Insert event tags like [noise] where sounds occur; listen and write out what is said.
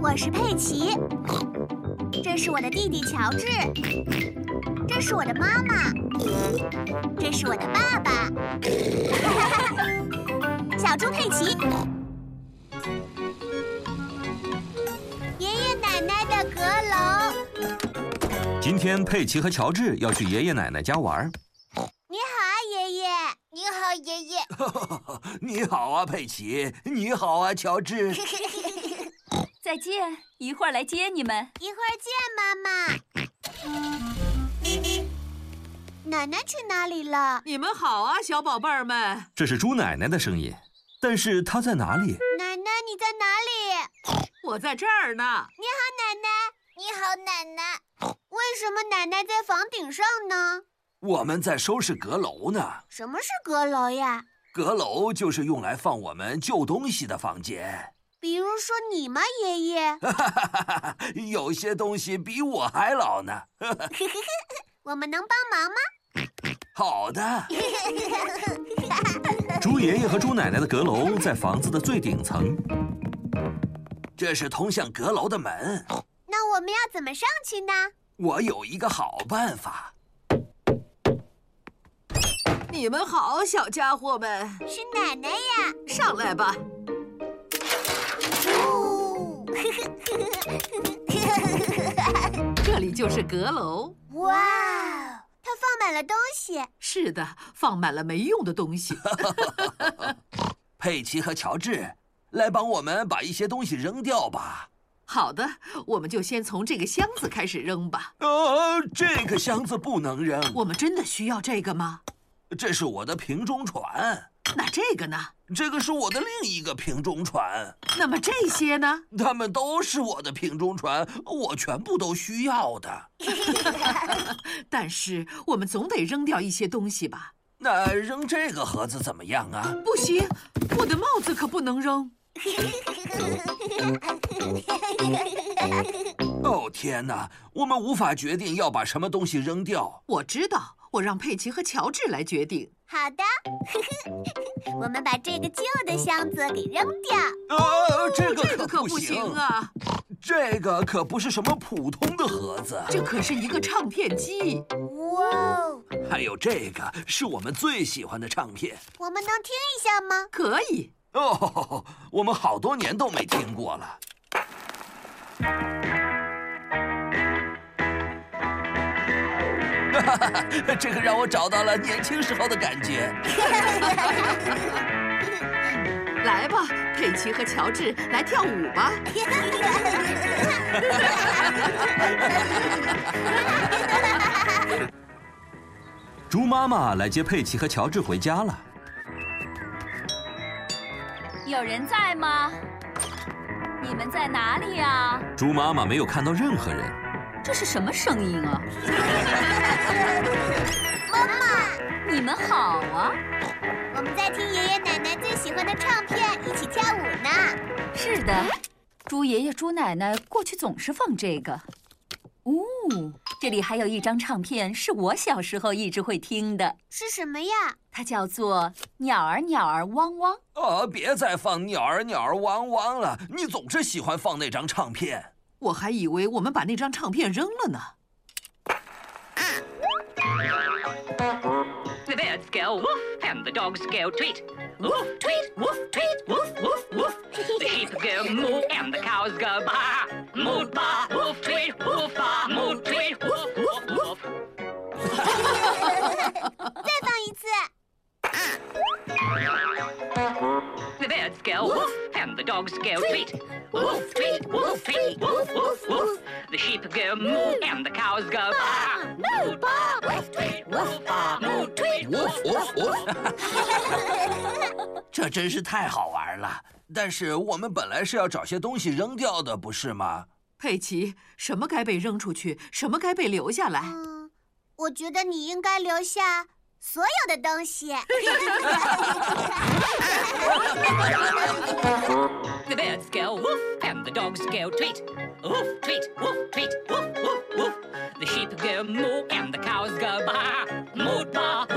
我是佩奇，这是我的弟弟乔治，这是我的妈妈，这是我的爸爸。 [laughs] 小猪佩奇，爷爷奶奶的阁楼，今天佩奇和乔治要去爷爷奶奶家 [laughs] 玩。你好，爷爷。你好，爷爷。你好啊，佩奇！你好啊，乔治！再见，一会儿来接你们。一会儿见，妈妈。奶奶去哪里了？你们好啊，小宝贝儿们！ [laughs] 这是猪奶奶的声音，但是她在哪里？奶奶，你在哪里？我在这儿呢。奶奶，你好，奶奶。为什么奶奶在房顶上呢？我们在收拾阁楼呢，什么是阁楼呀？阁楼就是用来放我们旧东西的房间。 [laughs] 比如说你吗，爷爷？有些东西比我还老呢。我们能帮忙吗？[laughs] 好的，猪爷爷和猪奶奶的阁楼在房子的最顶层。这是通向阁楼的门。那我们要怎么上去呢？我有一个好办法，你们好，小家伙们，是奶奶呀！上来吧。哦，这里就是阁楼。哇哦，它放满了东西。 [laughs] 是的，放满了没用的东西。佩奇和乔治，来帮我们把一些东西扔掉吧。好的，我们就先从这个箱子开始扔吧。呃，这个箱子不能扔，我们真的需要这个吗？这是我的瓶中船，那这个呢？这个是我的另一个瓶中船，那么这些呢？它们都是我的瓶中船，我全部都需要的。但是我们总得扔掉一些东西吧？那扔这个盒子怎么样啊？不行，我的帽子可不能扔。哦天哪，我们无法决定要把什么东西扔掉。我知道，我让佩奇和乔治来决定。好的， [laughs] 我们把这个旧的箱子给扔掉。呃，这这个个可可不不行行！啊，这个可不是什么普通的盒子，这可是一个唱片机。哇哦，还有这个是我们最喜欢的唱片。我们能听一下吗？ [laughs] 可以，哦，我们好多年都没听过了。 [laughs] 哈哈，这个让我找到了年轻时候的感觉。来吧，佩奇和乔治来跳舞吧。猪妈妈来接佩奇和乔治回家了。有人在吗？你们在哪里啊呀、猪妈妈没有看到任何人。这是什么声音啊？ [laughs] 妈妈，你们好啊！ [laughs] 我们在听爷爷奶奶最喜欢的唱片，一起跳舞呢。是的，猪爷爷、猪奶奶过去总是放这个。哦，这里还有一张唱片，是我小时候一直会听的，是什么呀？它叫做《鸟儿鸟儿汪汪》。哦，别再放鸟儿鸟儿汪汪了，你总是喜欢放那张唱片。我还以为我们把那张唱片扔了呢。 The birds go woof and the dogs go tweet. Woof, tweet, woof, tweet, woof, woof, woof. The sheep go moo and the cows go baa. Moo, baa, woof, tweet, woof, baa, moo, tweet, woof, woof, woof. 再放一次。 The birds go woof and the dogs go tweet. Woof, tweet, woof, tweet, woof, woof, woof. The sheep go moo and the cows go baa. Moo, baa, woof, tweet, woof, baa, moo, tweet, woof, woof, woof. [laughs] 这真是太好玩了。但是我们本来是要找些东西扔掉的，不是吗？佩奇，什么该被扔出去，什么该被留下来？嗯，我觉得你应该留下所有的东西。 The birds go woof and the dogs go tweet. Woof, tweet, woof, tweet, woof, woof, woof. The sheep go moo and the cows go baa. Moo, baa,